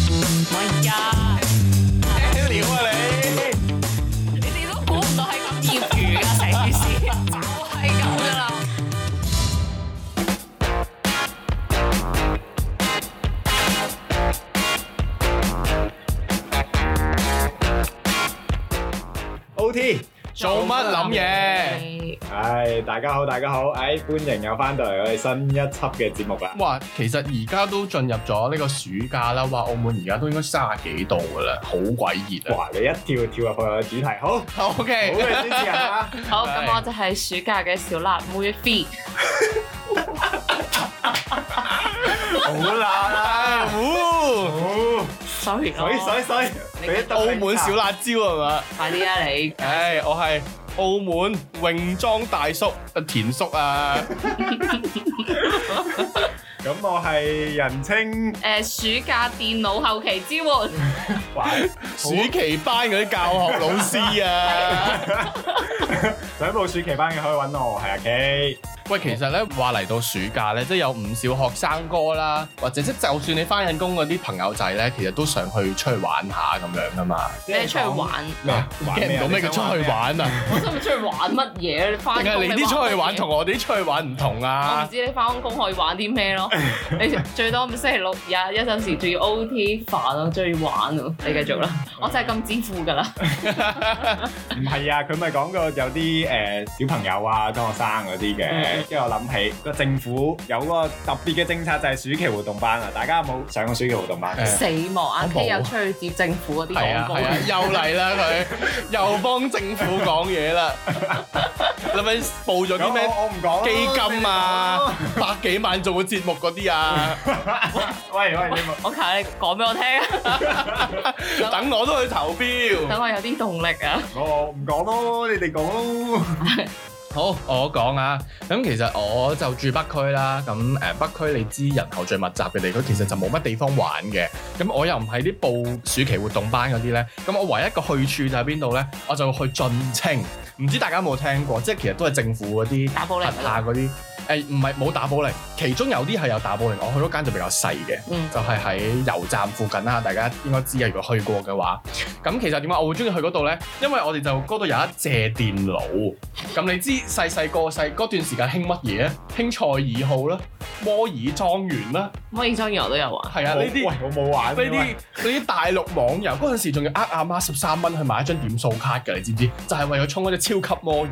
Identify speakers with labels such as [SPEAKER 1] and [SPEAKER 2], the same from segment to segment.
[SPEAKER 1] 哎呀，
[SPEAKER 2] 咩料啊你？
[SPEAKER 1] 你哋都估唔到係咁業餘噶成件事，就係咁噶啦。
[SPEAKER 2] O T 做乜諗嘢？唉，大家好，大家好，唉，歡迎又翻到嚟我哋新一輯嘅節目啦。
[SPEAKER 3] 哇，其實而家都進入咗呢個暑假啦，哇！澳門而家都應該三十幾度噶啦，好鬼熱啊
[SPEAKER 2] 哇！你一跳跳入去我嘅主題，好好
[SPEAKER 3] ！O
[SPEAKER 2] 嘅
[SPEAKER 3] K，
[SPEAKER 2] 主持人 啊！
[SPEAKER 4] 好，咁我就係暑假嘅小辣妹 Fee。
[SPEAKER 2] 好啦啦，好
[SPEAKER 4] Sorry 咯，
[SPEAKER 2] 水水水，俾一得
[SPEAKER 3] 澳
[SPEAKER 2] 你
[SPEAKER 3] 門小辣椒係嘛？
[SPEAKER 4] 快啲啊你！
[SPEAKER 3] 唉，我係澳門泳裝大叔啊田叔 啊，
[SPEAKER 2] 咁我係人稱
[SPEAKER 4] 誒，暑假電腦後期支援，
[SPEAKER 2] 喂，
[SPEAKER 3] 暑期班嗰啲教學老師啊。
[SPEAKER 2] 想報暑期班嘅可以揾我，係阿 K。
[SPEAKER 3] 喂，其實咧話嚟到暑假咧，即係有唔少學生哥啦，或者即係就算你翻緊工嗰啲朋友仔咧，其實都想去出去玩下咁樣噶嘛。
[SPEAKER 4] 你出去玩，
[SPEAKER 2] 咩啊？
[SPEAKER 3] 驚唔到咩叫出去？玩啊？
[SPEAKER 4] 我真係出去玩乜嘢？你翻
[SPEAKER 3] 定係
[SPEAKER 4] 工
[SPEAKER 3] 你啲出去玩同
[SPEAKER 4] 我，
[SPEAKER 3] 我哋啲出去玩唔同
[SPEAKER 4] 我唔
[SPEAKER 3] 啊？
[SPEAKER 4] 知你翻工可以玩啲咩咯？ 你最多咪星期六日一陣時仲要 OT 煩咯，仲要玩咯。你繼續啦，
[SPEAKER 3] 嗯
[SPEAKER 4] 我就係咁支付㗎啦。
[SPEAKER 2] 唔係啊，佢咪講過有啲誒、呃小朋友啊、中學生嗰啲嘅
[SPEAKER 4] 嗯，
[SPEAKER 2] 跟住我諗起個政府有個特別嘅政策就係暑期活動班啊，大家有冇上過暑期活動班？
[SPEAKER 3] 誒
[SPEAKER 4] 死亡阿
[SPEAKER 3] 我冇
[SPEAKER 4] K 又出去接政府嗰啲
[SPEAKER 3] 啊係
[SPEAKER 4] 廣
[SPEAKER 3] 啊
[SPEAKER 4] 告
[SPEAKER 3] 係，啊，又嚟啦佢，又幫政府講嘢啦。你咪報
[SPEAKER 2] 咁
[SPEAKER 3] 咗啲咩
[SPEAKER 2] 我我唔講啦
[SPEAKER 3] 基金啊，百幾萬做個節目嗰啲啊，
[SPEAKER 2] 喂喂，你冇
[SPEAKER 4] 我靠你講俾我聽 啊，
[SPEAKER 3] 等我都去投
[SPEAKER 4] 等
[SPEAKER 3] 票。
[SPEAKER 4] 我有啲動力啊！
[SPEAKER 2] 我唔講咯，你哋講咯。
[SPEAKER 3] 好，我講啊。咁其實我就住北區啦。咁誒北區你知人口最密集嘅地區，其實就冇乜地方玩嘅。咁我又唔係啲報暑期活動班嗰啲咧，咁我唯一一個去處就係邊度咧？我就去進清，唔知大家有冇聽過？即係其實都係政府嗰啲
[SPEAKER 4] 打保齡啊
[SPEAKER 3] 轄下嗰啲，誒唔係冇打保齡，其中有啲係有打保齡，我去嗰間就比較細嘅，
[SPEAKER 4] 嗯
[SPEAKER 3] 就係喺油站附近啦，大家應該知啊，如果去過嘅話。咁其實點解我會中意去嗰度咧？因為我哋就嗰度有一借電腦，咁你知細細個細嗰段時間興乜嘢咧？興賽爾號啦，摩爾莊園啦，
[SPEAKER 4] 摩爾莊園我都有玩，
[SPEAKER 3] 係啊呢啲
[SPEAKER 2] 喂。，我冇玩
[SPEAKER 3] 呢啲呢啲大陸網遊嗰陣時，仲要呃阿媽十三蚊去買一張點數卡㗎，你知唔知？就係、為咗充嗰隻超級摩爾，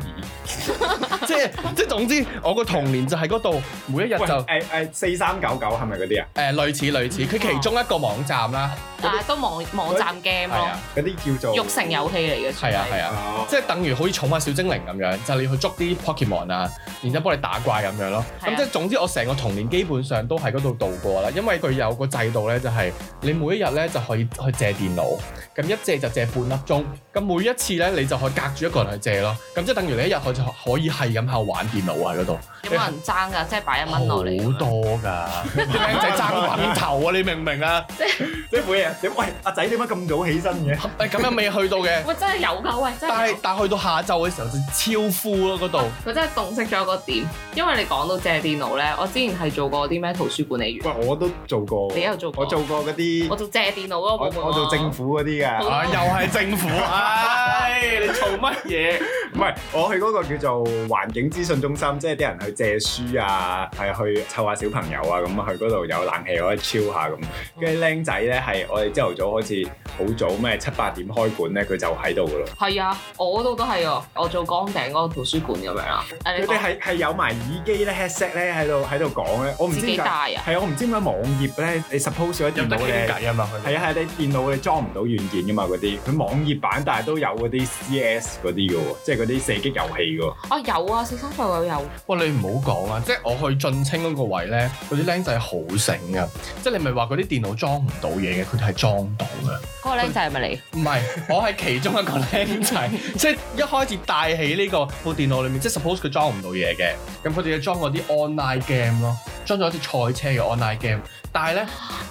[SPEAKER 3] 即係即係總之，我個童年就喺嗰度，每一日
[SPEAKER 2] 喂
[SPEAKER 3] 就誒、
[SPEAKER 2] 誒誒四三九九係咪嗰啲啊？
[SPEAKER 3] 呃、類似類似，佢其中一個網站啦，
[SPEAKER 4] 但係都網網站 game
[SPEAKER 3] 係
[SPEAKER 4] 咯
[SPEAKER 3] 啊，
[SPEAKER 2] 嗰啲叫做
[SPEAKER 4] 育成遊戲嚟嘅，
[SPEAKER 3] 係啊係啊，
[SPEAKER 2] 啊
[SPEAKER 3] 即係等於好似寵物小精靈咁樣，就係你要去捉啲 Pokemon 啊，然之後幫你打怪咁樣咯。
[SPEAKER 4] 係
[SPEAKER 3] 咁
[SPEAKER 4] 啊
[SPEAKER 3] 即係總之，我成個童年基本上都喺嗰度度過啦，因為佢有個制度咧，就係、你每一日咧就可以去借電腦，咁一借就借半粒鐘，咁每一次咧你就可以隔住一個人去借咯，咁即係等於你一日可以可以係咁喺度玩電腦啊喺嗰度，
[SPEAKER 4] 有冇人爭㗎？即係擺一蚊落嚟咁
[SPEAKER 3] 好
[SPEAKER 4] 樣，
[SPEAKER 3] 多㗎，啲僆 仔爭品頭啊，你明唔明啊？
[SPEAKER 2] 即係每日點？喂，阿仔點解咁早起身嘅？
[SPEAKER 3] 誒咁又未去到嘅，
[SPEAKER 4] 喂真係有㗎，喂真
[SPEAKER 3] 但
[SPEAKER 4] 係有
[SPEAKER 3] 係，但係去到下晝嘅時候就超 full 咯嗰度。
[SPEAKER 4] 佢真係洞悉咗個點，因為你講到借電腦咧，我之前係做過啲咩圖書管理員，
[SPEAKER 2] 喂，我都做過，
[SPEAKER 4] 你有做過
[SPEAKER 2] 我做過嗰
[SPEAKER 4] 我
[SPEAKER 2] 啲，
[SPEAKER 4] 做借電腦嗰個
[SPEAKER 2] 我
[SPEAKER 4] 部門啊
[SPEAKER 2] 我做政
[SPEAKER 4] 府，
[SPEAKER 2] 府嗰啲嘅
[SPEAKER 4] 好。
[SPEAKER 3] 啊，又係政 府，唉，你做乜嘢？
[SPEAKER 2] 唔係，我去嗰個叫做環境資訊中心，即係啲人去借書啊，係去湊下小朋友啊，咁去嗰度有冷氣可以 chill 下咁。跟住僆仔咧係我哋朝頭早開始好早咩七八點開館咧，佢就喺度噶咯。
[SPEAKER 4] 係啊，我嗰度都係啊，我做崗頂嗰個圖書館咁樣啦，誒
[SPEAKER 2] 佢
[SPEAKER 4] 你
[SPEAKER 2] 哋
[SPEAKER 4] 講
[SPEAKER 2] 係係有埋耳機咧 headset 咧喺度喺度講咧，我唔知
[SPEAKER 4] 自己帶
[SPEAKER 2] 點解。
[SPEAKER 4] 啊，
[SPEAKER 2] 係啊，我唔知點解網頁咧，你 suppose 咗
[SPEAKER 3] 有
[SPEAKER 2] 電
[SPEAKER 3] 得
[SPEAKER 2] 腦
[SPEAKER 3] 傾
[SPEAKER 2] 咧。
[SPEAKER 3] 偈啊嘛，佢
[SPEAKER 2] 係啊係啊，你電腦你裝唔到軟件噶嘛嗰啲，佢網頁版但係都有嗰啲 CS 嗰啲嘅喎，即係嗰啲射擊遊戲嘅喎。
[SPEAKER 4] 啊有啊，四三九九有，
[SPEAKER 3] 哇！你唔好講啊，即係我去進清嗰個位咧，嗰啲僆仔好醒噶，即係你咪話嗰啲電腦裝唔到嘢嘅，佢哋係裝到嘅。
[SPEAKER 4] 嗰個僆仔係咪你？
[SPEAKER 3] 唔係，我係其中一個僆仔，即係一開始帶起呢個部電腦裏面，即係 suppose 佢裝唔到嘢嘅，咁佢哋就裝嗰啲 online game 咯，裝咗一啲賽車嘅 online game，但係咧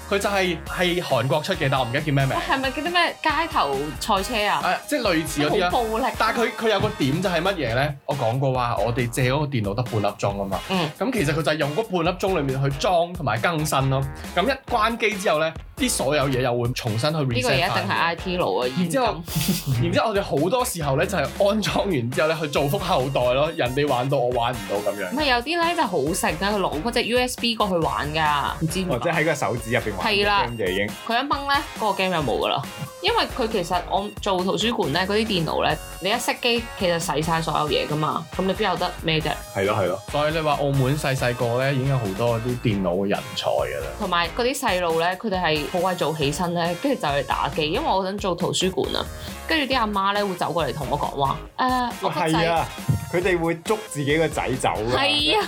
[SPEAKER 3] 佢就係係韓國出嘅，但我唔記得叫咩名，
[SPEAKER 4] 係咪嗰啲咩街頭賽車啊？
[SPEAKER 3] 誒即係類似嗰啲
[SPEAKER 4] 好
[SPEAKER 3] 啊啦。
[SPEAKER 4] 暴力，啊
[SPEAKER 3] 但係佢佢有個點就係乜嘢咧？我講過話，我哋借嗰個電腦得半粒鐘啊嘛。
[SPEAKER 4] 嗯。
[SPEAKER 3] 咁其實佢就係用嗰半粒鐘裡面去裝同埋更新咯。咁一關機之後咧，啲所有嘢又會重新去
[SPEAKER 4] 呢個嘢
[SPEAKER 3] reset
[SPEAKER 4] 一定係
[SPEAKER 3] 翻。
[SPEAKER 4] I T 佬啊！
[SPEAKER 3] 然之後
[SPEAKER 4] 現，
[SPEAKER 3] 然之後我哋好多時候咧就係安裝完之後咧去造福後代咯，人哋玩到我玩唔到咁樣
[SPEAKER 4] 今唔。係有啲咧就好食噶，佢攞嗰隻 U S B 過去玩噶，唔知點解
[SPEAKER 2] 或
[SPEAKER 3] 哦
[SPEAKER 2] 者喺個手指入邊玩
[SPEAKER 4] 係啦
[SPEAKER 2] 嘅 game 就已經
[SPEAKER 4] 佢一掹咧，嗰、個 game 就冇噶啦。因為佢其實我做圖書館咧，嗰啲電腦咧，你一熄機，其實洗晒所有嘢噶嘛，咁你邊有得咩啫？
[SPEAKER 2] 係咯係咯，
[SPEAKER 3] 所以你話澳門細細個咧已經有好多啲電腦嘅人才㗎啦。
[SPEAKER 4] 同埋嗰啲細路咧，佢哋係好鬼早起身咧，跟住就去打機。因為我嗰陣做圖書館啊，跟住啲阿媽咧會走過嚟同我講話，誒、我
[SPEAKER 3] 哦
[SPEAKER 4] 個
[SPEAKER 2] 係
[SPEAKER 4] 仔
[SPEAKER 2] 啊，佢哋會捉自己個仔走㗎
[SPEAKER 4] 係啊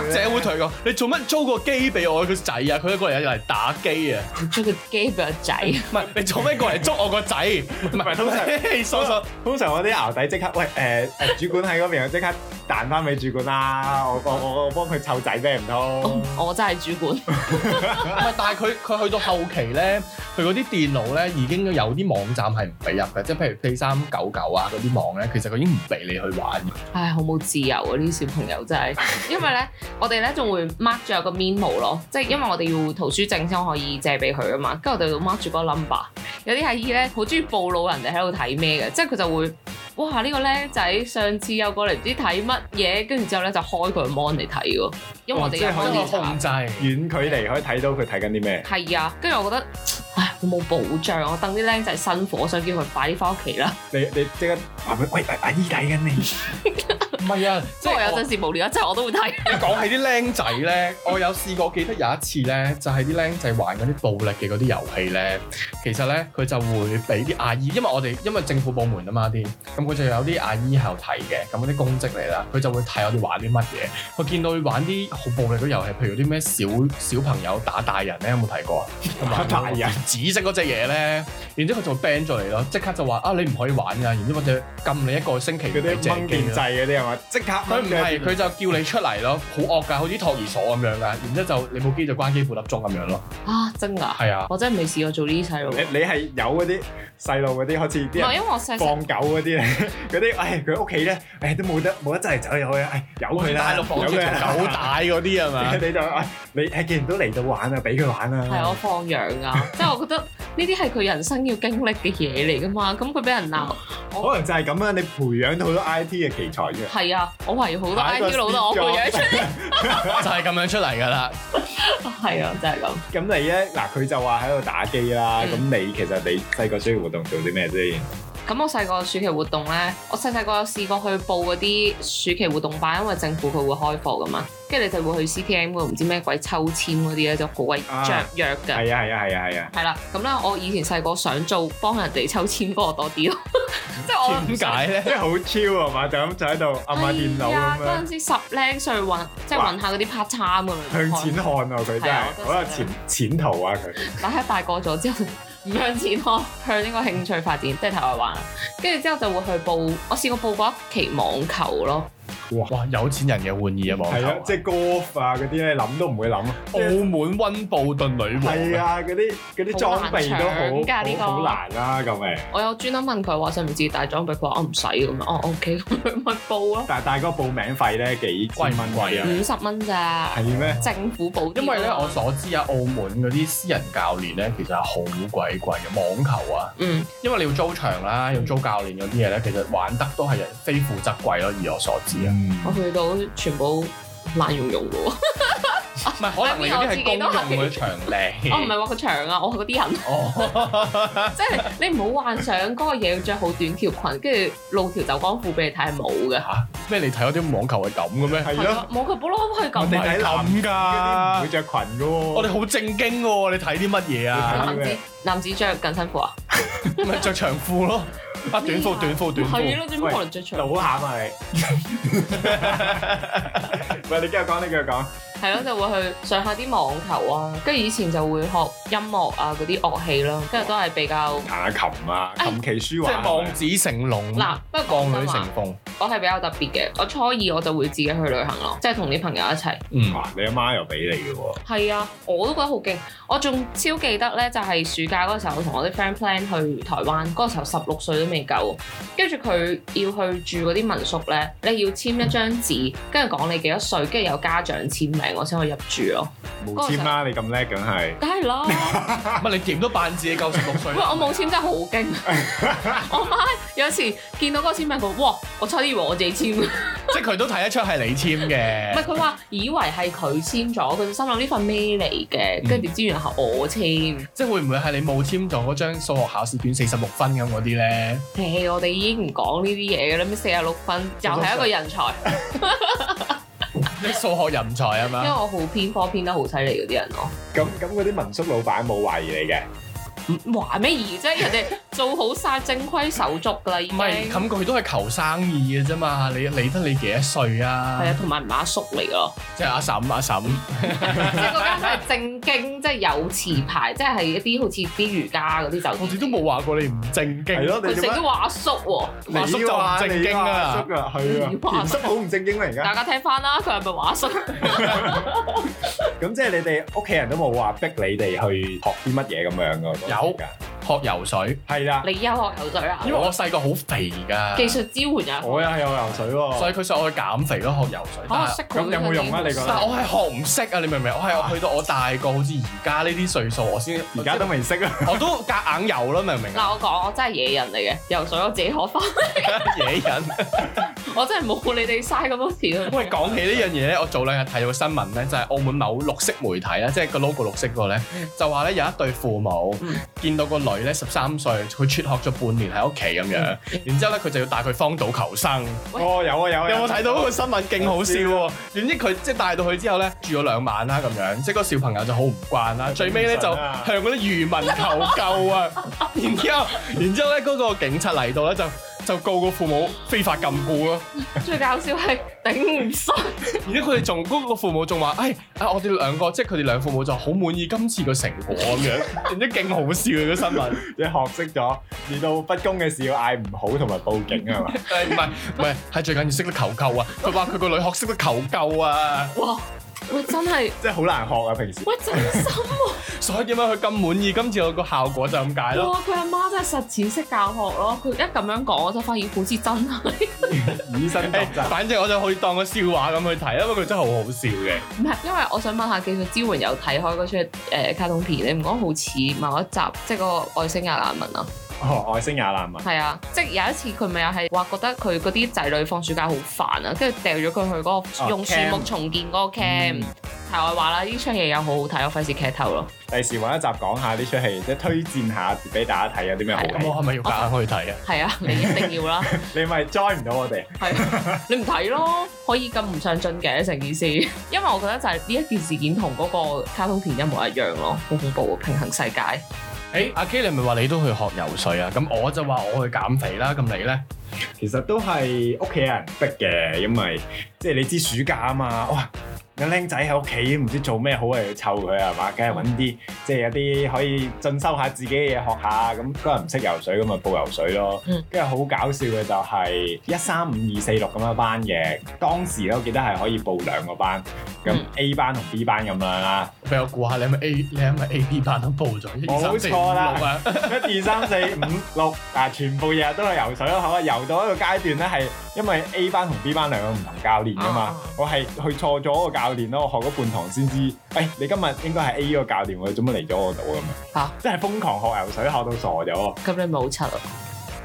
[SPEAKER 3] 或
[SPEAKER 2] 佢
[SPEAKER 3] 者會同佢講：你做乜租個機俾我個仔啊？佢一個人又嚟打機啊！
[SPEAKER 4] 出個機俾個仔，
[SPEAKER 3] 唔係你做咩過嚟捉我個仔？唔係
[SPEAKER 2] 通 常
[SPEAKER 3] 你傻傻
[SPEAKER 2] 通常我啲牛底即刻，喂誒誒、 主管喺嗰邊，即刻彈翻俾主管啦！我我我我幫佢湊仔咩唔通？
[SPEAKER 4] 我真係主管。
[SPEAKER 3] 唔係，但係佢佢去到後期咧，佢嗰啲電腦咧已經有啲網站係唔俾入嘅，即係譬如 P 三九九啊嗰啲網咧，其實佢已經唔俾你去玩。
[SPEAKER 4] 唉，好冇自由啊！呢啲小朋友真係，因為咧，我哋咧仲會 mark 住有個 memo 咯，即係因為我哋要圖書證先可以借俾佢啊嘛，跟住我哋就 mark 住個 number。有啲阿姨咧好中意暴露人哋喺度睇咩嘅，即係佢就會。哇！呢、個僆仔上次又過嚟唔知睇乜嘢，跟住之後咧就開佢個 mon 嚟睇喎，因為我哋有 mon
[SPEAKER 2] 可以哦
[SPEAKER 4] 嚟
[SPEAKER 2] 即
[SPEAKER 4] 查
[SPEAKER 3] 控。制。
[SPEAKER 2] 遠距離可以睇到佢睇緊啲咩？
[SPEAKER 4] 係啊，跟住我覺得，唉，我冇保障，我等啲僆仔辛苦，我想叫佢快啲翻屋企啦。
[SPEAKER 2] 你你即刻話俾喂阿阿姨睇緊 你，
[SPEAKER 3] 唔係啊，即
[SPEAKER 4] 不
[SPEAKER 3] 係
[SPEAKER 4] 過有
[SPEAKER 3] 我
[SPEAKER 4] 陣時無聊一陣我都會睇。
[SPEAKER 3] 你講起啲僆仔咧，我有試過記得有一次咧，就係啲僆仔玩嗰啲暴力嘅嗰啲遊戲咧，其實咧佢就會俾啲阿姨，因為我哋因為政府部門啊嘛啲，咁佢就有啲阿姨喺度睇嘅，咁嗰啲公職嚟啦，佢就會睇我哋玩啲乜嘢。佢見到佢玩啲好暴力嘅遊戲，譬如啲咩小小朋友打大人咧，有冇睇過啊？
[SPEAKER 2] 打大人
[SPEAKER 3] 紫色嗰只嘢咧，然之後佢就會 ban 咗你咯，即刻就話啊你唔可以玩㗎，然之後或者禁你一個星期
[SPEAKER 2] 嗰
[SPEAKER 3] 唔俾
[SPEAKER 2] 啲
[SPEAKER 3] 借
[SPEAKER 2] 掹
[SPEAKER 3] 機
[SPEAKER 2] 電
[SPEAKER 3] 啦
[SPEAKER 2] 掣嗰啲係嘛？即刻
[SPEAKER 3] 佢唔係，佢就叫你出嚟咯，好惡㗎，好似托兒所咁樣㗎。然之後就你部機就關機半粒鐘咁樣咯。
[SPEAKER 4] 啊，真㗎！
[SPEAKER 3] 係啊，
[SPEAKER 4] 我真係未試過做呢啲細路。
[SPEAKER 2] 你你係有嗰啲細路嗰啲，好似
[SPEAKER 4] 唔
[SPEAKER 2] 啲
[SPEAKER 4] 係，
[SPEAKER 2] 人
[SPEAKER 4] 因為我細細
[SPEAKER 2] 放狗嗰啲 咧，嗰啲唉佢屋企咧，唉都冇得冇得真係走入去，唉由
[SPEAKER 3] 好
[SPEAKER 2] 佢
[SPEAKER 3] 似
[SPEAKER 2] 啦，
[SPEAKER 3] 大陸房住
[SPEAKER 2] 由
[SPEAKER 3] 條
[SPEAKER 2] 佢啦
[SPEAKER 3] 狗帶嗰啲係嘛？
[SPEAKER 2] 你就唉你係既然都嚟到玩啊，俾佢玩啦。
[SPEAKER 4] 係我放養 㗎，即係我覺得呢啲係佢人生要經歷嘅嘢嚟㗎嘛。咁佢俾人鬧，
[SPEAKER 2] 嗯可能就係咁啊！你培養到好多 I T 嘅奇才啫。
[SPEAKER 4] 係啊，我為好多
[SPEAKER 2] 打
[SPEAKER 4] I
[SPEAKER 2] 一個啊
[SPEAKER 4] T 佬都我培養出，
[SPEAKER 3] 就係咁樣出嚟㗎啦。
[SPEAKER 4] 係 啊，就係咁。
[SPEAKER 2] 咁你咧嗱，佢就話喺度打機啦。咁、你其實你細個需要活動做啲咩先？
[SPEAKER 4] 咁我細個暑期活動咧，我細細個有試過去報嗰啲暑期活動班，因為政府佢會開課㗎嘛，跟住你就會去 CTM 嗰度唔知咩鬼抽籤嗰啲咧，就好鬼
[SPEAKER 2] 啊
[SPEAKER 4] 雀躍㗎。
[SPEAKER 2] 係啊係啊係啊係啊！
[SPEAKER 4] 係啦，咁咧我以前細個想做幫人哋抽籤嗰個多啲 咯，即係我
[SPEAKER 3] 點解咧？
[SPEAKER 2] 即係好 chill 啊嘛，就咁就喺度
[SPEAKER 4] 係
[SPEAKER 2] 按下電腦
[SPEAKER 4] 啊
[SPEAKER 2] 咁
[SPEAKER 4] 嗰
[SPEAKER 2] 樣
[SPEAKER 4] 陣時十零歲揾，即係
[SPEAKER 2] 哇
[SPEAKER 4] 揾下嗰啲 part time 咁樣。
[SPEAKER 2] 向前看喎，佢真
[SPEAKER 4] 係
[SPEAKER 2] 係
[SPEAKER 4] 啊我都
[SPEAKER 2] 好有
[SPEAKER 4] 想
[SPEAKER 2] 前前途啊！佢
[SPEAKER 4] 但係大個咗之後，唔向前看，向呢個興趣發展，即係睇外玩。跟住之後就會去報，我試過報過一期網球咯。
[SPEAKER 3] 哇！有錢人嘅玩意啊，網
[SPEAKER 2] 係
[SPEAKER 3] 球
[SPEAKER 2] 啊，即係 golf 啊嗰啲咧，諗都唔會諗啊。
[SPEAKER 3] 澳門溫布頓女王。
[SPEAKER 2] 係啊，嗰啲嗰啲裝備都
[SPEAKER 4] 好難搶㗎呢個
[SPEAKER 2] 好好好難啦咁誒。
[SPEAKER 4] 我有專登問佢話使唔使帶裝備，佢話我唔使咁樣。哦，OK，咁佢咪報咯，
[SPEAKER 2] 但但係嗰個報名費咧幾千
[SPEAKER 3] 貴唔貴啊
[SPEAKER 4] 五十蚊咋，
[SPEAKER 2] 係咩？
[SPEAKER 4] 政府補貼啊。
[SPEAKER 3] 因為咧，我所知啊，澳門嗰啲私人教練咧，其實係好鬼貴嘅網球啊，
[SPEAKER 4] 嗯
[SPEAKER 3] 因為你要租場啦，要租教練嗰啲嘢咧，其實玩得都係非富則貴咯。以我所知啊，
[SPEAKER 2] 嗯
[SPEAKER 4] 我去到全部爛溶溶嘅 喎。哦
[SPEAKER 3] 唔係可能你嗰啲係公用嗰啲場靚。
[SPEAKER 4] 我唔係話佢長啊，我係嗰啲人。
[SPEAKER 3] 哦，
[SPEAKER 4] 即係你你唔好幻想嗰個嘢要着好短條裙，跟住露條走光褲俾你睇係冇嘅。
[SPEAKER 3] 嚇咩？你睇嗰啲網球係咁嘅咩？
[SPEAKER 2] 係
[SPEAKER 4] 係
[SPEAKER 2] 咯
[SPEAKER 4] 啊，。冇佢保羅去
[SPEAKER 2] 我
[SPEAKER 4] 咁
[SPEAKER 2] 哋
[SPEAKER 4] 啊
[SPEAKER 2] 睇男
[SPEAKER 3] 咁
[SPEAKER 2] 嗰啲唔會
[SPEAKER 3] 㗎。
[SPEAKER 2] 着裙嘅喎。
[SPEAKER 3] 我哋好正經嘅喎，你睇啲乜嘢啊？
[SPEAKER 2] 睇
[SPEAKER 4] 男
[SPEAKER 2] 咩
[SPEAKER 4] 子男子着緊身褲啊，
[SPEAKER 3] 咪着長褲咯，啊短褲短褲短
[SPEAKER 4] 係
[SPEAKER 3] 褲。
[SPEAKER 4] 咯，點解可 能着長？
[SPEAKER 2] 好下嘛你，喂你繼續講，你繼續講。
[SPEAKER 4] 係咯，就會去上下啲網球啊，跟住以前就會學音樂啊嗰啲樂器啦，跟住都係比較
[SPEAKER 2] 彈下琴啊，
[SPEAKER 4] 哎
[SPEAKER 2] 琴棋書
[SPEAKER 3] 即
[SPEAKER 2] 畫係
[SPEAKER 3] 係
[SPEAKER 2] 咪
[SPEAKER 3] 望子成龍，
[SPEAKER 4] 嗱，不過
[SPEAKER 3] 望
[SPEAKER 4] 講
[SPEAKER 3] 女
[SPEAKER 4] 真
[SPEAKER 3] 成
[SPEAKER 4] 話，
[SPEAKER 3] 鳳。
[SPEAKER 4] 我係比較特別嘅，我初二我就會自己去旅行咯，即係同啲朋友一齊。
[SPEAKER 3] 嗯，
[SPEAKER 2] 哇！你阿媽又俾你嘅喎，
[SPEAKER 4] 係啊，我都覺得好勁。我仲超記得咧，就係暑假嗰時候，我同我啲 friend plan 去台灣，嗰時候十六歲都未夠，跟住佢要去住嗰啲民宿咧，你要簽一張紙，跟住講你幾多歲，跟住有家長簽名，我先可以入住咯。
[SPEAKER 2] 冇簽啦，你咁叻梗係。
[SPEAKER 4] 梗係啦，
[SPEAKER 3] 乜你點都扮自己九十六 歲
[SPEAKER 4] 喂，。我冇簽真係好勁。我媽有時見到嗰個簽名，佢話哇，我差啲以為我自己簽，唔
[SPEAKER 3] 即係佢都睇得出係你簽
[SPEAKER 4] 係
[SPEAKER 3] 嘅。
[SPEAKER 4] 佢話以為係佢簽咗，佢心諗呢份咩嚟嘅，跟住點知原來係我簽。
[SPEAKER 3] 即係會唔會係你冇簽到嗰張數學考試卷四十六分咁嗰啲 咧？
[SPEAKER 4] 誒，我哋已經唔講呢啲嘢嘅啦，咩四十六分就係一個人才，
[SPEAKER 3] 即係數學人才係
[SPEAKER 4] 因為
[SPEAKER 3] 嘛？
[SPEAKER 4] 我好偏科偏得好犀利嗰啲人咯。
[SPEAKER 2] 咁咁嗰啲民宿老闆冇懷疑你嘅，
[SPEAKER 4] 話咩而啫？人哋做好晒正規手續㗎啦，已
[SPEAKER 3] 唔
[SPEAKER 4] 經
[SPEAKER 3] 係，
[SPEAKER 4] 係
[SPEAKER 3] 咁佢都係求生意嘅啫嘛。你理得你幾多歲啊？
[SPEAKER 4] 啊，同埋唔係阿叔嚟咯，
[SPEAKER 3] 即係阿嬸阿嬸，
[SPEAKER 4] 即係嗰間係正經，即係有持牌，即係一啲好似啲瑜伽嗰啲酒店。
[SPEAKER 3] 我哋都冇話過你唔正經。
[SPEAKER 2] 係咯，你
[SPEAKER 4] 佢
[SPEAKER 2] 做
[SPEAKER 4] 成日都
[SPEAKER 2] 乜？
[SPEAKER 4] 話阿叔喎，
[SPEAKER 2] 你
[SPEAKER 3] 阿叔就唔
[SPEAKER 2] 話
[SPEAKER 3] 正經
[SPEAKER 2] 你話阿
[SPEAKER 3] 啊
[SPEAKER 2] 叔啊，係啊，
[SPEAKER 4] 你話
[SPEAKER 2] 田叔好唔正經啦而
[SPEAKER 4] 大
[SPEAKER 2] 家。
[SPEAKER 4] 家聽翻啦，佢係咪話阿叔？
[SPEAKER 2] 咁即係你哋屋企人都冇話逼你哋去學啲乜嘢咁樣噶。
[SPEAKER 3] 有學游水，
[SPEAKER 2] 係啦，
[SPEAKER 4] 你休學游水啊
[SPEAKER 3] 因為？我細個好肥㗎，
[SPEAKER 4] 技術支援啊，
[SPEAKER 2] 我又係有游水
[SPEAKER 3] 所以
[SPEAKER 2] 喎。
[SPEAKER 3] 佢想我去減肥咯，學游水。
[SPEAKER 4] 嚇
[SPEAKER 3] 但係
[SPEAKER 4] 哦識佢
[SPEAKER 2] 咁有冇用啊你覺得
[SPEAKER 3] 但係我係學唔識啊，你明唔明？我係我去到我大個，好似而家呢啲歲數，我先
[SPEAKER 2] 而家都未識啊，
[SPEAKER 3] 我都夾硬游咯，明唔 明啊？
[SPEAKER 4] 嗱，我講我真係野人嚟嘅，游水我自己學翻，
[SPEAKER 3] 野人。
[SPEAKER 4] 我真係冇你哋嘥咁多時間。
[SPEAKER 3] 喂，講起呢樣嘢咧，我早兩日睇到新聞咧，就係、澳門某綠色媒體啊咧，即係個 logo 綠色個咧，就話咧有一對父母、
[SPEAKER 4] 嗯
[SPEAKER 3] 見到個女咧十三歲，佢輟學咗半年喺屋企咁樣，然之後咧佢就要帶佢荒島求生。
[SPEAKER 4] 喂
[SPEAKER 2] 哦有啊有啊，
[SPEAKER 3] 有冇睇到嗰個新聞勁好笑喎？點知佢即係帶到去之後咧，住咗兩晚啦咁樣，即係個小朋友就好唔慣啦。最尾咧就
[SPEAKER 2] 頂唔順
[SPEAKER 3] 向
[SPEAKER 2] 啊
[SPEAKER 3] 嗰啲漁民求救啊！然之後，然之後咧嗰個警察嚟到咧就就告個父母非法禁錮咯。
[SPEAKER 4] 最搞笑係頂唔順，
[SPEAKER 3] 而且佢哋仲嗰個父母仲話：，誒、啊我哋兩個即係佢哋兩父母就好滿意今次個成果咁樣，然之後勁好笑嘅個新聞。
[SPEAKER 2] 你學識咗，遇到不公嘅事要嗌唔好同埋報警啊係嘛？
[SPEAKER 3] 誒唔係唔係，係最緊要識得求救啊！佢話佢個女學識得求救啊，
[SPEAKER 4] 哇！喂，真係，
[SPEAKER 2] 即係好難學啊平時。
[SPEAKER 4] 喂，真心喎！
[SPEAKER 3] 所以點解佢咁滿意今次有個效果就咁解咯。
[SPEAKER 4] 哇，佢阿媽真係實踐式教學咯。佢一咁樣講，我就發現好似真係，
[SPEAKER 2] 以身作 則
[SPEAKER 3] 誒，反正我就可以當個笑話咁去睇，因為佢真係好好笑嘅。
[SPEAKER 4] 唔係因為我想問下技術支援有睇開嗰出誒卡通片，你唔講好似某一集，即係嗰個外星人難民啊，
[SPEAKER 2] 哦，外星也難民。
[SPEAKER 4] 係啊，即係有一次佢咪又係話覺得佢嗰啲仔女放暑假好煩啊，跟住掉咗佢去嗰
[SPEAKER 2] 啊
[SPEAKER 4] 個用樹木
[SPEAKER 2] camp
[SPEAKER 4] 重建嗰個 camp。題外話啦，呢出嘢又好好睇，我費事劇透咯。
[SPEAKER 2] 第時揾一集講下呢出戲，即係推薦下俾大家睇有啲咩好
[SPEAKER 3] 咁
[SPEAKER 2] 睇。
[SPEAKER 3] 我係咪要夾硬去睇啊？
[SPEAKER 4] 係啊，你一定要啦。
[SPEAKER 2] 你咪 join 唔到我哋。
[SPEAKER 4] 係，啊 你唔睇咯，可以咁唔上進嘅成件事，因為我覺得就係呢一件事件同嗰個卡通片一模一樣咯，好恐怖啊！平衡世界，
[SPEAKER 3] 誒，阿 K 你咪話你都去學游水啊？咁我就話我去減肥啦。咁你咧？
[SPEAKER 2] 其實都係屋企人逼嘅，因為即係你知暑假啊嘛，哇！有僆仔喺屋企唔知做咩好啊，要湊佢係嘛，梗係揾啲即係有啲可以進修下自己嘅嘢學下，咁嗰日唔識游水咁咪報游水咯
[SPEAKER 4] 嗯。
[SPEAKER 2] 跟住好搞笑嘅就係一三五二四六咁樣班嘅，當時咧我記得係可以報兩個班，咁
[SPEAKER 4] 嗯
[SPEAKER 2] A 班同 B 班咁樣啦，
[SPEAKER 3] 俾我估下，你係咪 A 你係咪 A B 班都報咗？一二三四
[SPEAKER 2] 冇
[SPEAKER 3] 五
[SPEAKER 2] 錯啦
[SPEAKER 3] 六啊！
[SPEAKER 2] 一二三四五六啊，全部日日都去游水咯，好啊，游到一個階段咧係因為 A 班同 B 班兩個唔同教練噶嘛。
[SPEAKER 4] 啊
[SPEAKER 2] 我係去錯咗個教練咯，我學咗半堂先知，誒、你今日應該係 A 個教練喎，你做乜嚟咗我度咁樣？
[SPEAKER 4] 嚇
[SPEAKER 2] 真係瘋狂學游水，學到傻咗。
[SPEAKER 4] 咁你冇柒啊？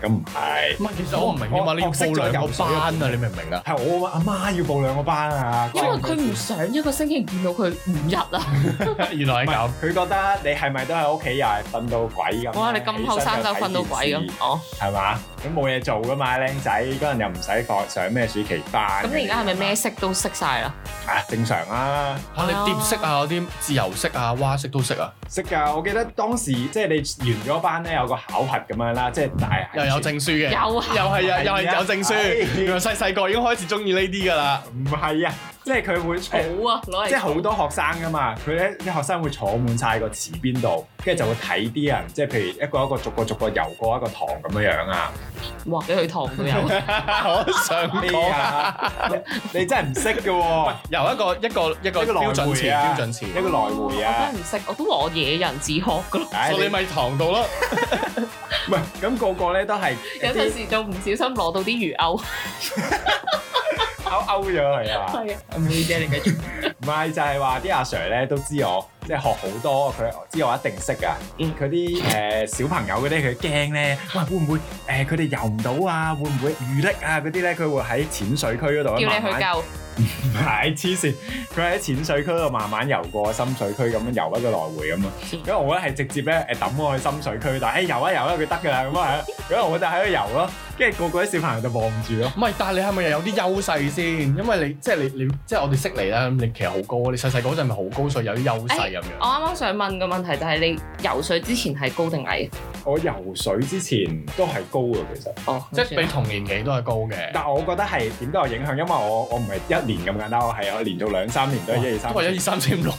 [SPEAKER 2] 咁唔係，
[SPEAKER 3] 唔係，其實我唔明啊嘛，
[SPEAKER 2] 我
[SPEAKER 3] 你要報兩個班啊，
[SPEAKER 2] 我識咗游
[SPEAKER 3] 你
[SPEAKER 2] 水
[SPEAKER 3] 明唔明啊？
[SPEAKER 2] 係我阿媽要報兩個班啊，
[SPEAKER 4] 因為佢唔想一個星期見到佢五日 啊！
[SPEAKER 3] 原來係咁。
[SPEAKER 2] 佢覺得你係咪都喺屋企又係瞓到鬼咁樣？
[SPEAKER 4] 哇，你咁後生就瞓到鬼
[SPEAKER 2] 起身就睇電
[SPEAKER 4] 咁
[SPEAKER 2] 視，
[SPEAKER 4] 哦！
[SPEAKER 2] 係嘛？咁冇嘢做噶嘛，僆仔嗰陣又唔使放上咩暑期班。
[SPEAKER 4] 咁你而家係咪咩？色都識晒啦？
[SPEAKER 2] 啊，正常啦、
[SPEAKER 3] 嚇你蝶式啊，嗰啲自由式啊、蛙式都識啊。
[SPEAKER 2] 識㗎，我記得當時即係你完咗班咧，有個考核咁樣啦，即係大
[SPEAKER 3] 又有證書嘅，
[SPEAKER 4] 有啊
[SPEAKER 3] 又係啊，又係有證書。
[SPEAKER 2] 係
[SPEAKER 3] 原來細細個已經開始中意呢啲㗎啦。
[SPEAKER 2] 唔係啊，即係佢會
[SPEAKER 4] 草
[SPEAKER 3] 哦
[SPEAKER 4] 啊，攞嚟
[SPEAKER 2] 即係好多學生噶嘛，佢咧啲學生會坐滿晒個池邊度，跟住就會睇啲人，即係譬如一個一個逐個逐個游過一個堂咁樣樣啊。
[SPEAKER 4] 哇！俾佢糖都有，
[SPEAKER 3] 我都想
[SPEAKER 2] 咩
[SPEAKER 3] 講
[SPEAKER 2] 啊？ 你你真係唔識嘅喎，
[SPEAKER 3] 由一個一個一個
[SPEAKER 2] 一個來
[SPEAKER 3] 標準詞
[SPEAKER 2] 回啊
[SPEAKER 3] 標準詞。
[SPEAKER 2] 一個來回啊
[SPEAKER 4] 我。真係唔識，我都話我野人自學噶咯。
[SPEAKER 2] 唉，
[SPEAKER 3] 所
[SPEAKER 2] 你
[SPEAKER 3] 以哎你咪堂度 咯，
[SPEAKER 2] 唔係咁個個咧都係
[SPEAKER 4] 有
[SPEAKER 2] 有
[SPEAKER 4] 陣
[SPEAKER 2] 啲
[SPEAKER 4] 時就唔小心攞到啲魚鈎，
[SPEAKER 2] 勾勾咗佢啊。
[SPEAKER 4] 係啊，唔會啫，你繼續。
[SPEAKER 2] 唔係就係話啲阿 Sir 咧都知我即係學好多，佢知我一定識噶。
[SPEAKER 4] 嗯
[SPEAKER 2] 佢啲誒小朋友嗰啲，佢驚咧，喂會唔會誒佢哋游唔到啊？會唔會遇溺啊？嗰啲咧，佢會喺淺水區嗰度啊
[SPEAKER 4] 叫
[SPEAKER 2] 慢
[SPEAKER 4] 你去
[SPEAKER 2] 慢
[SPEAKER 4] 救，
[SPEAKER 2] 唔 係黐線，佢喺淺水區度慢慢游過深水區咁樣游一個來回咁啊。
[SPEAKER 4] 嗯
[SPEAKER 2] 因為我咧係直接咧誒抌我去深水區，但係誒哎游一游啦，佢得㗎啦咁啊。咁啊我就喺度游咯，跟住個個啲小朋友就望住咯。
[SPEAKER 3] 唔係，但係你係咪又有啲優勢先？因為你即係你你即係我哋識你啦，咁你其實好高，你細細個嗰陣咪好高，所以有啲優勢咁
[SPEAKER 4] 我
[SPEAKER 3] 樣。
[SPEAKER 4] 啱啱想問嘅問題就係你游水之前係高定矮？
[SPEAKER 2] 我游水之前都係高嘅其實。
[SPEAKER 4] 哦，
[SPEAKER 3] 即係比同年紀都係高嘅。
[SPEAKER 2] Ờ。但我覺得係點都有影響，因為我我唔係一年咁簡單，我係我連續兩三年都係一二三
[SPEAKER 3] 都。係一二三四五 六。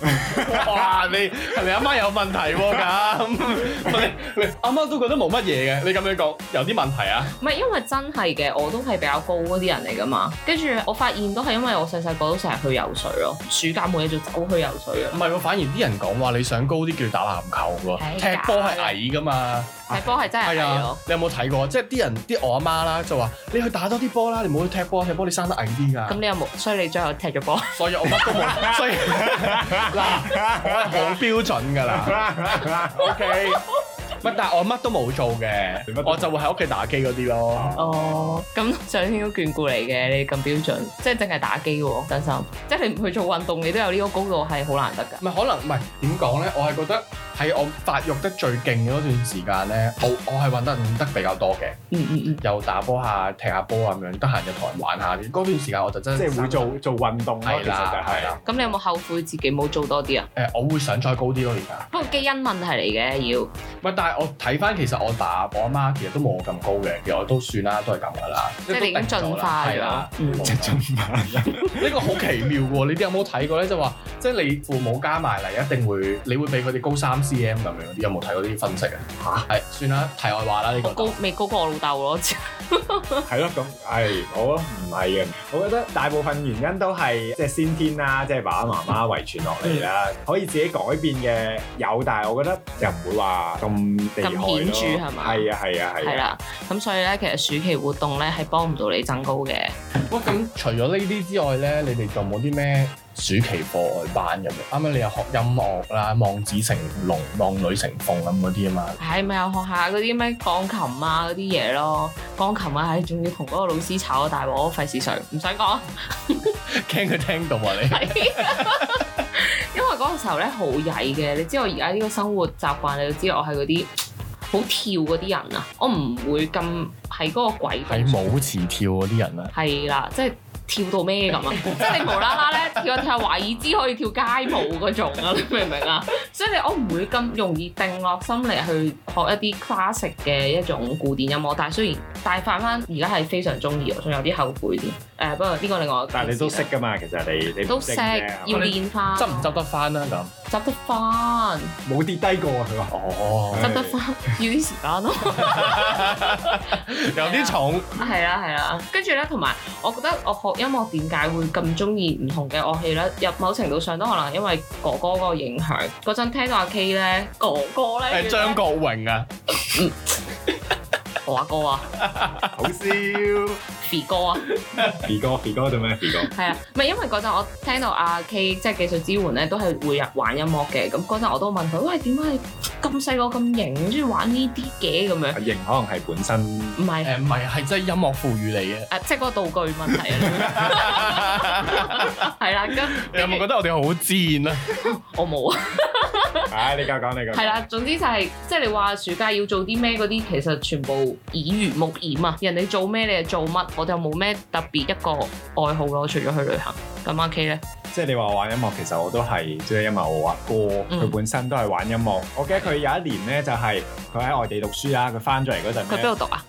[SPEAKER 3] 哇！你係咪阿媽有問題喎、咁？你你阿媽都覺得冇乜嘢嘅，你咁樣講有啲問題啊？
[SPEAKER 4] 唔係因為真係嘅，我都係比較高嗰啲人嚟噶嘛。跟住我發現都係因為我細細個都成日去游水咯，暑假冇嘢做走去游水
[SPEAKER 3] 唔
[SPEAKER 4] 啊。
[SPEAKER 3] 係喎，反而啲人講話你想高啲叫打籃球
[SPEAKER 2] 哎
[SPEAKER 3] 喎，
[SPEAKER 4] 係
[SPEAKER 3] 踢波係矮噶嘛。
[SPEAKER 4] 踢波係真係
[SPEAKER 3] 係
[SPEAKER 4] 係
[SPEAKER 3] 啊
[SPEAKER 4] 咯，，
[SPEAKER 3] 你有冇睇過？即係啲人啲我阿媽啦，就話你去打多啲波啦，你唔好去踢波，踢波你生得矮啲
[SPEAKER 4] 咁
[SPEAKER 3] 㗎。
[SPEAKER 4] 你有冇？所以你最後踢咗波，
[SPEAKER 3] 所以我乜 都冇，所以嗱，我係好標準㗎啦。OK，乜但係我乜都冇做嘅
[SPEAKER 2] 你乜都，冇
[SPEAKER 3] 我就會喺屋企打機嗰啲咯。
[SPEAKER 4] 哦， 咁上天都眷顧你嘅，你咁標準，即係淨係打機喎，真心，即係你唔去做運動，你都有呢個高度係好難得㗎。
[SPEAKER 3] 唔係可能唔係點講咧？我係覺得喺我發育得最勁嘅嗰段時間咧，我我係揾得揾得比較多嘅，
[SPEAKER 4] 嗯嗯嗯，
[SPEAKER 3] 又打波下、踢下波啊咁樣，得閒就同人玩下。嗰段時間我就 真
[SPEAKER 2] 即係會做做運動咯，
[SPEAKER 3] 係
[SPEAKER 2] 其實就
[SPEAKER 3] 啦係
[SPEAKER 2] 係
[SPEAKER 3] 啦。
[SPEAKER 4] 咁你有冇後悔自己冇做多啲啊？
[SPEAKER 3] 誒、我會想再高啲咯而家。
[SPEAKER 4] 不過基因問題嚟嘅要，
[SPEAKER 3] 唔係，但係我睇翻其實我打我阿媽其實都冇我咁高嘅，其實我都算啦，都係咁噶啦。
[SPEAKER 4] 即係你已經進化
[SPEAKER 3] 係
[SPEAKER 4] 咗
[SPEAKER 3] 啦。。
[SPEAKER 4] 嗯
[SPEAKER 2] 即係進化
[SPEAKER 3] 呢個好奇妙喎！你哋有冇睇過咧？就話即係你父母加埋嚟，一定會你會比佢哋高三 cm 咁樣嗰啲，有冇睇過呢啲分析啊？嚇，係算啦，題外話啦呢、
[SPEAKER 4] 我
[SPEAKER 3] 個。
[SPEAKER 4] 高未高過我老豆咯，
[SPEAKER 2] 係咯，咁係我唔係嘅。我覺得大部分原因都係即係先天啦，即係爸爸媽媽遺傳落嚟啦，可以自己改變嘅有，但係我覺得又唔會話咁厲害咯
[SPEAKER 4] 咁顯著係嘛
[SPEAKER 2] 係啊係啊
[SPEAKER 4] 係
[SPEAKER 2] 係啊。
[SPEAKER 4] 啦，咁所以咧，其實暑期活動咧係幫唔到你增高嘅。
[SPEAKER 3] 喂，咁除咗呢啲之外咧，你哋仲有冇啲咩暑期課外班咁樣？啱啱你又學音樂啦，望子成龍、望女成鳳咁嗰啲啊嘛。
[SPEAKER 4] 係咪又學下嗰啲咩鋼琴啊嗰啲嘢咯？鋼琴啊，唉，仲要同嗰個老師炒大鑊，我費事上，唔想講。
[SPEAKER 3] 驚佢聽到啊你。
[SPEAKER 4] 係因為嗰個時候咧好曳嘅，你知我而家呢個生活習慣，你都知我係嗰啲好跳嗰啲人啊，我唔會咁喺嗰個軌道
[SPEAKER 3] 係舞池跳嗰啲人啊。
[SPEAKER 4] 係啦，即係跳到咩咁 啊！即係你無啦啦咧跳一跳華爾茲可以跳街舞嗰種啊，你明唔明啊？所以你我唔會咁容易定落心嚟去學一啲 classic 嘅一種古典音樂，但係雖然但係反翻而家係非常中意，我仲有啲後悔添。誒、不過呢個另外一個
[SPEAKER 2] 但係你都識
[SPEAKER 4] 故事
[SPEAKER 2] 㗎嘛，其實你你
[SPEAKER 4] 啦
[SPEAKER 2] 唔
[SPEAKER 4] 都識，
[SPEAKER 2] 識啫
[SPEAKER 4] 要練翻
[SPEAKER 3] 執唔執得翻啦咁？
[SPEAKER 4] 執得翻，
[SPEAKER 2] 冇跌低過啊！佢話
[SPEAKER 3] 哦
[SPEAKER 4] 執得翻要啊啲時間咯。
[SPEAKER 3] 有啲重。
[SPEAKER 4] 係啦係啦，跟住咧，同埋我覺得我學音樂點解會咁中意唔同嘅樂器咧？入某程度上都可能因為哥哥嗰個影響。嗰陣聽到阿 K 咧，哥哥咧，
[SPEAKER 3] 誒張國榮啊，
[SPEAKER 4] 我阿哥啊
[SPEAKER 2] 好 笑。
[SPEAKER 4] ，B 哥啊，
[SPEAKER 2] 肥哥肥哥做咩？肥哥
[SPEAKER 4] 係啊，唔係因為嗰陣我聽到阿 K 即係技術支援咧，都係會入玩音樂嘅。咁嗰陣我都問佢：喂，點解你咁細個咁型，中意玩呢啲嘅咁樣？
[SPEAKER 2] 型啊可能係本身。
[SPEAKER 4] 唔係。
[SPEAKER 3] 誒唔係係真係音樂賦予你嘅。
[SPEAKER 4] 誒，即係嗰個道具問題啊，係啦，咁
[SPEAKER 3] 你有冇覺得我哋好賤啊？
[SPEAKER 4] 我冇啊。
[SPEAKER 2] 唉，你夠講，你夠講。
[SPEAKER 4] 係啦，總之就係、即係你話暑假要做啲咩嗰啲，其實全部耳濡目染啊！人哋做咩你就做乜，我就冇咩特別一個愛好咯，除咗去旅行。咁阿 K 咧，
[SPEAKER 2] 即係你話玩音樂，其實我都係，即係因為我阿哥
[SPEAKER 4] 嗯
[SPEAKER 2] 佢本身都係玩音樂。我記得佢有一年咧，就係佢喺外地讀書啦，佢翻咗嚟嗰陣
[SPEAKER 4] 佢
[SPEAKER 2] 咧
[SPEAKER 4] 邊度讀啊？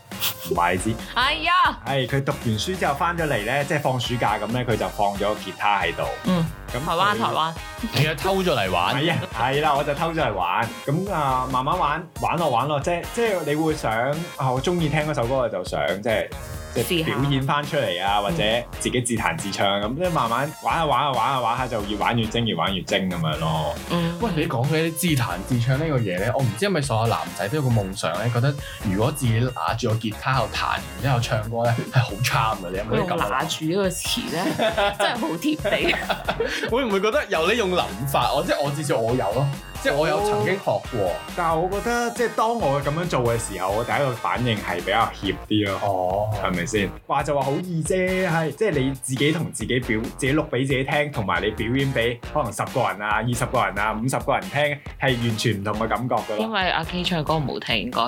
[SPEAKER 2] 唔話你知，
[SPEAKER 4] 哎呀，
[SPEAKER 2] 係佢讀完書之後翻咗嚟咧，即係放暑假咁咧，佢就放咗個吉他喺度。
[SPEAKER 4] 嗯，
[SPEAKER 2] 咁
[SPEAKER 4] 台灣
[SPEAKER 2] 佢
[SPEAKER 4] 台灣，
[SPEAKER 3] 你係偷咗嚟玩，
[SPEAKER 2] 係啊，係啦，我就偷咗嚟玩，咁啊慢慢玩，玩落玩落，即係即係你會想啊，我中意聽嗰首歌，我就想即係即係
[SPEAKER 4] 試下嗯
[SPEAKER 2] 表演翻出嚟啊，或者自己自彈自唱咁，即係慢慢玩下玩下玩下玩下，就越玩越精，越玩越精咁樣咯。
[SPEAKER 4] 嗯，
[SPEAKER 3] 喂，你講起自彈自唱呢個嘢咧，我唔知係咪所有男仔都有個夢想咧，覺得如果自己拿住個吉他喺度彈，然之後唱歌咧係好 charm 嘅，你有
[SPEAKER 4] 佢
[SPEAKER 3] 冇啲
[SPEAKER 4] 用
[SPEAKER 3] 咁嘅諗啊法
[SPEAKER 4] 拿住呢個詞咧，真係好貼地。
[SPEAKER 3] 會唔會覺得有呢種諗法？我即係我至少我有咯，即係我有曾經學過。
[SPEAKER 2] 但係我覺得即係當我咁樣做嘅時候，我第一個反應係比較怯啲咯。
[SPEAKER 3] 哦，
[SPEAKER 2] 係咪先？話就話好易啫，係即係你自己同自己表，自己錄俾自己聽，同埋你表演俾可能十個人啊、二十個人啊、五十個人聽，係完全唔同嘅感覺噶
[SPEAKER 4] 因
[SPEAKER 2] 咯。
[SPEAKER 4] 為阿 K 唱歌唔好聽，應該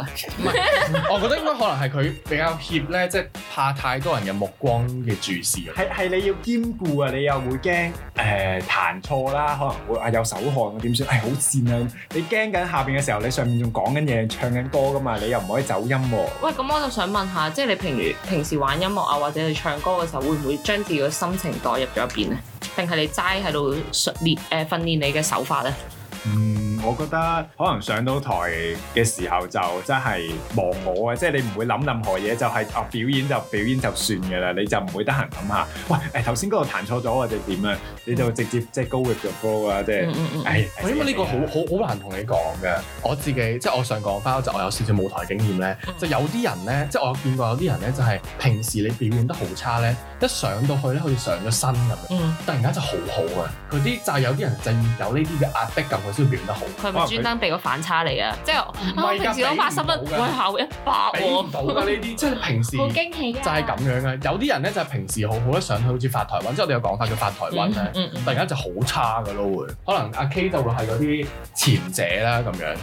[SPEAKER 3] 我覺得應該可能係佢比較怯咧，即係怕太多人嘅目光嘅注視。啊
[SPEAKER 2] 係係你要兼顧啊，你又會驚誒、呃、彈錯啦，可能會啊有手汗啊點算？係好跣啊！你驚緊下邊嘅時候，你上面仲講緊嘢、唱緊歌噶嘛，你又唔可以走音喎、
[SPEAKER 4] 喂，咁我就想問下，即係你平如平時玩音樂啊，或者你唱歌嘅時候，會唔會將自己嘅心情代入咗入邊咧？定係你齋喺度訓練誒訓練你嘅手法咧？
[SPEAKER 2] 嗯，我覺得可能上到台嘅時候就真係忘我啊，即係你唔會諗任何嘢，就係、啊表演就表演就算嘅啦，你就唔會得閒諗下，喂誒頭先嗰度彈錯咗或者點啊，你就直接即係 go with the flow 啊，即係
[SPEAKER 4] 嗯嗯嗯，
[SPEAKER 2] 誒。
[SPEAKER 3] 因為呢個好好好難同你講嘅，啊我自己即係我想講翻，就我有少少舞台經驗咧，
[SPEAKER 4] 嗯
[SPEAKER 3] 就有啲人咧，即係我見過有啲人咧，就係平時你表現得好差咧，一上到去咧，好似上咗身咁樣，
[SPEAKER 4] 嗯，
[SPEAKER 3] 突然間就好好啊！嗰啲就係有啲人就要有呢啲嘅壓迫感，佢先會表現得好。
[SPEAKER 4] 佢係咪專登俾個反差你啊？即係啊
[SPEAKER 3] 哦唔係㗎
[SPEAKER 4] 我平時攞八十蚊，
[SPEAKER 3] 俾唔到㗎
[SPEAKER 4] 我考一百
[SPEAKER 3] 俾
[SPEAKER 4] 喎
[SPEAKER 3] 唔，到㗎呢啲，即係平時。
[SPEAKER 4] 好驚喜啊！
[SPEAKER 3] 就係咁樣嘅，有啲人咧就係平時好好一上去好似發台灣，即係我哋有講法叫發台灣咧
[SPEAKER 4] 嗯，嗯嗯
[SPEAKER 3] 突然間就好差嘅咯會，可能阿 K 就會係嗰啲前者啦咁樣，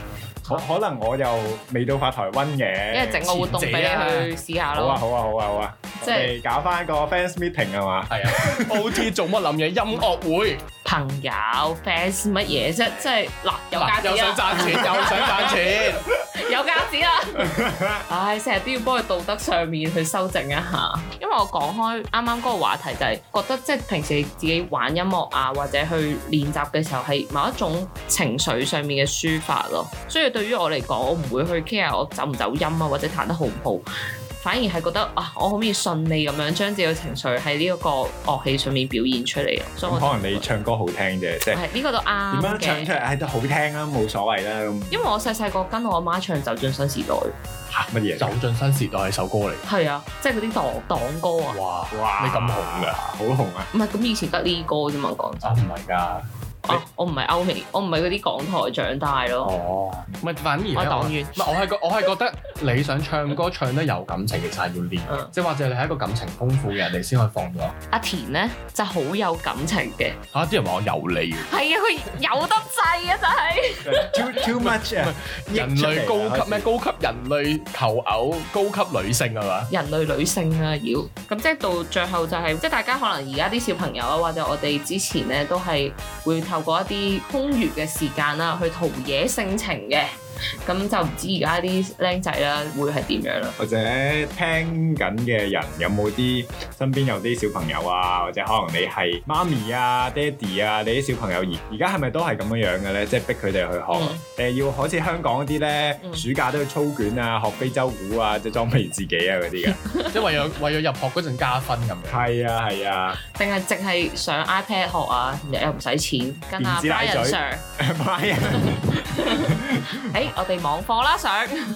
[SPEAKER 2] 可可能我又未到發台灣嘅，
[SPEAKER 4] 因為整個活動俾你去試下
[SPEAKER 2] 好
[SPEAKER 4] 咯。
[SPEAKER 2] 啊好啊好啊好啊，
[SPEAKER 4] 即
[SPEAKER 2] 我
[SPEAKER 4] 係
[SPEAKER 2] 哋搞翻個 fans meeting 係嘛？
[SPEAKER 3] 係啊，OT 做乜諗嘢？音樂會
[SPEAKER 4] 朋友 fans 乜嘢啫？即係嗱，有啊價
[SPEAKER 3] 嗱又
[SPEAKER 4] 值
[SPEAKER 3] 想
[SPEAKER 4] 啦，
[SPEAKER 3] 賺錢，又想賺 錢，
[SPEAKER 4] 有價值啦。唉，成日都要幫佢道德上面去修正一下。因為我講開啱啱嗰個話題就係覺得即係平時自己玩音樂啊，或者去練習嘅時候係某一種情緒上面嘅抒發咯。所以對於我嚟講，我唔會去 care 我走唔走音啊，或者彈得好唔好。反而係覺得啊，我可唔可以順利咁樣將自己嘅情緒喺呢一個樂器上面表現出嚟啊？所以我
[SPEAKER 2] 咁
[SPEAKER 4] 就
[SPEAKER 2] 可能你唱歌好聽啫，即係
[SPEAKER 4] 係呢個都啱
[SPEAKER 2] 點樣唱
[SPEAKER 4] 嘅
[SPEAKER 2] 出。嚟，唉都好聽啦，冇所謂啦咁
[SPEAKER 4] 因為我細細個跟我阿媽唱《走進新時代》，
[SPEAKER 2] 嚇乜嘢
[SPEAKER 3] 走？進新時代係首歌嚟
[SPEAKER 4] 係啊，即係嗰啲檔檔歌啊
[SPEAKER 3] 嘅，，哇！
[SPEAKER 2] 哇！
[SPEAKER 3] 你咁紅㗎
[SPEAKER 2] 好紅啊！
[SPEAKER 4] 唔係咁以前得呢歌啫嘛，講真
[SPEAKER 3] 啊，唔係㗎，
[SPEAKER 4] 啊，我唔係歐美，我唔係嗰啲港台長大咯，
[SPEAKER 3] 哦，唔係反而咧
[SPEAKER 4] 我係黨員
[SPEAKER 3] 唔係我係覺我係覺得你想唱歌唱得有感情，其實係要練嘅，
[SPEAKER 4] 嗯
[SPEAKER 3] 即係或者你係一個感情豐富嘅人，你先可以放到。
[SPEAKER 4] 阿田咧就好有感情嘅，
[SPEAKER 3] 嚇、啲人話我油膩嘅。
[SPEAKER 4] 係啊，佢有得滯啊，就係
[SPEAKER 2] too too much à? 啊！
[SPEAKER 3] 人類高級咩？？高級人類求偶，高級女性係嘛？
[SPEAKER 4] 人類女性啊，要咁即係到最後就係、即係大家可能而家啲小朋友啊，或者我哋之前咧都係會透過一啲空餘嘅時間啦，去陶冶性情嘅，咁就唔知而家啲僆仔啦會係點樣啦。
[SPEAKER 2] 或者聽緊嘅人有冇啲身邊有啲小朋友啊，或者可能你係媽咪啊、爹哋啊，你啲小朋友而而家係咪都係咁樣樣嘅咧？即係逼佢哋去學誒、
[SPEAKER 4] 嗯
[SPEAKER 2] 要好似香港嗰啲咧，
[SPEAKER 4] 嗯
[SPEAKER 2] 暑假都要操卷啊、學非洲鼓啊，即係裝備自己啊嗰 啲嘅。
[SPEAKER 3] 即係為咗為咗入學嗰陣加分咁樣。
[SPEAKER 2] 係啊係 啊，
[SPEAKER 4] 定係淨係上 iPad 學啊，又唔使錢，跟阿
[SPEAKER 2] 電子奶
[SPEAKER 4] Brian
[SPEAKER 2] 嘴
[SPEAKER 4] Sir，
[SPEAKER 2] 快啊
[SPEAKER 4] 誒、我哋網課啦上，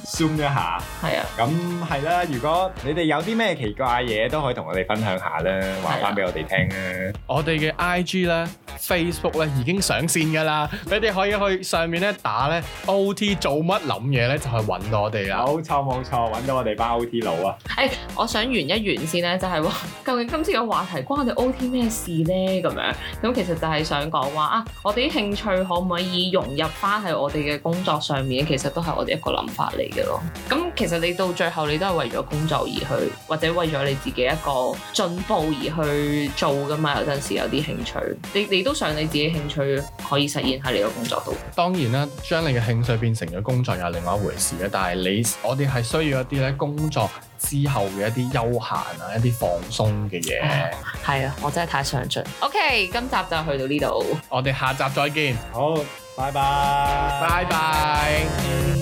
[SPEAKER 2] ，zoom 一下。
[SPEAKER 4] 係啊，
[SPEAKER 2] 咁係啦，如果你哋有啲咩奇怪嘢，都可以同我哋分享下啦，話翻俾我哋聽啦。
[SPEAKER 3] 我哋嘅 I G 咧、Facebook 咧已經上線㗎啦，你哋可以去上面咧打咧 O T 做乜諗嘢咧，就去揾到我哋啦。
[SPEAKER 2] 冇錯冇錯，揾到我哋班 OT 佬啊！
[SPEAKER 4] 誒、我想圓一圓先咧，就係、話 究竟今次嘅話題關我哋 OT 咩事咧？咁樣咁其實就係想講話啊，我哋啲興趣可唔可以融入翻喺我哋嘅工作上面？其實都係我哋一個諗法嚟嘅咯。咁其實你到最後你都係為咗工作而去，或者為咗你自己一個進步而去做噶嘛。有陣時有啲興趣，你你都想你自己興趣可以實現喺你個工作度。
[SPEAKER 3] 當然啦，將你嘅興趣變成咗工作又係另外一回事嘅。但係你我哋係需要一啲咧工作之後嘅一啲休閒啊，一啲放鬆嘅嘢。
[SPEAKER 4] 係啊，我真係太上進。OK，今集就去到呢度。
[SPEAKER 3] 我哋下集再見，
[SPEAKER 2] 好，拜拜，
[SPEAKER 3] 拜拜。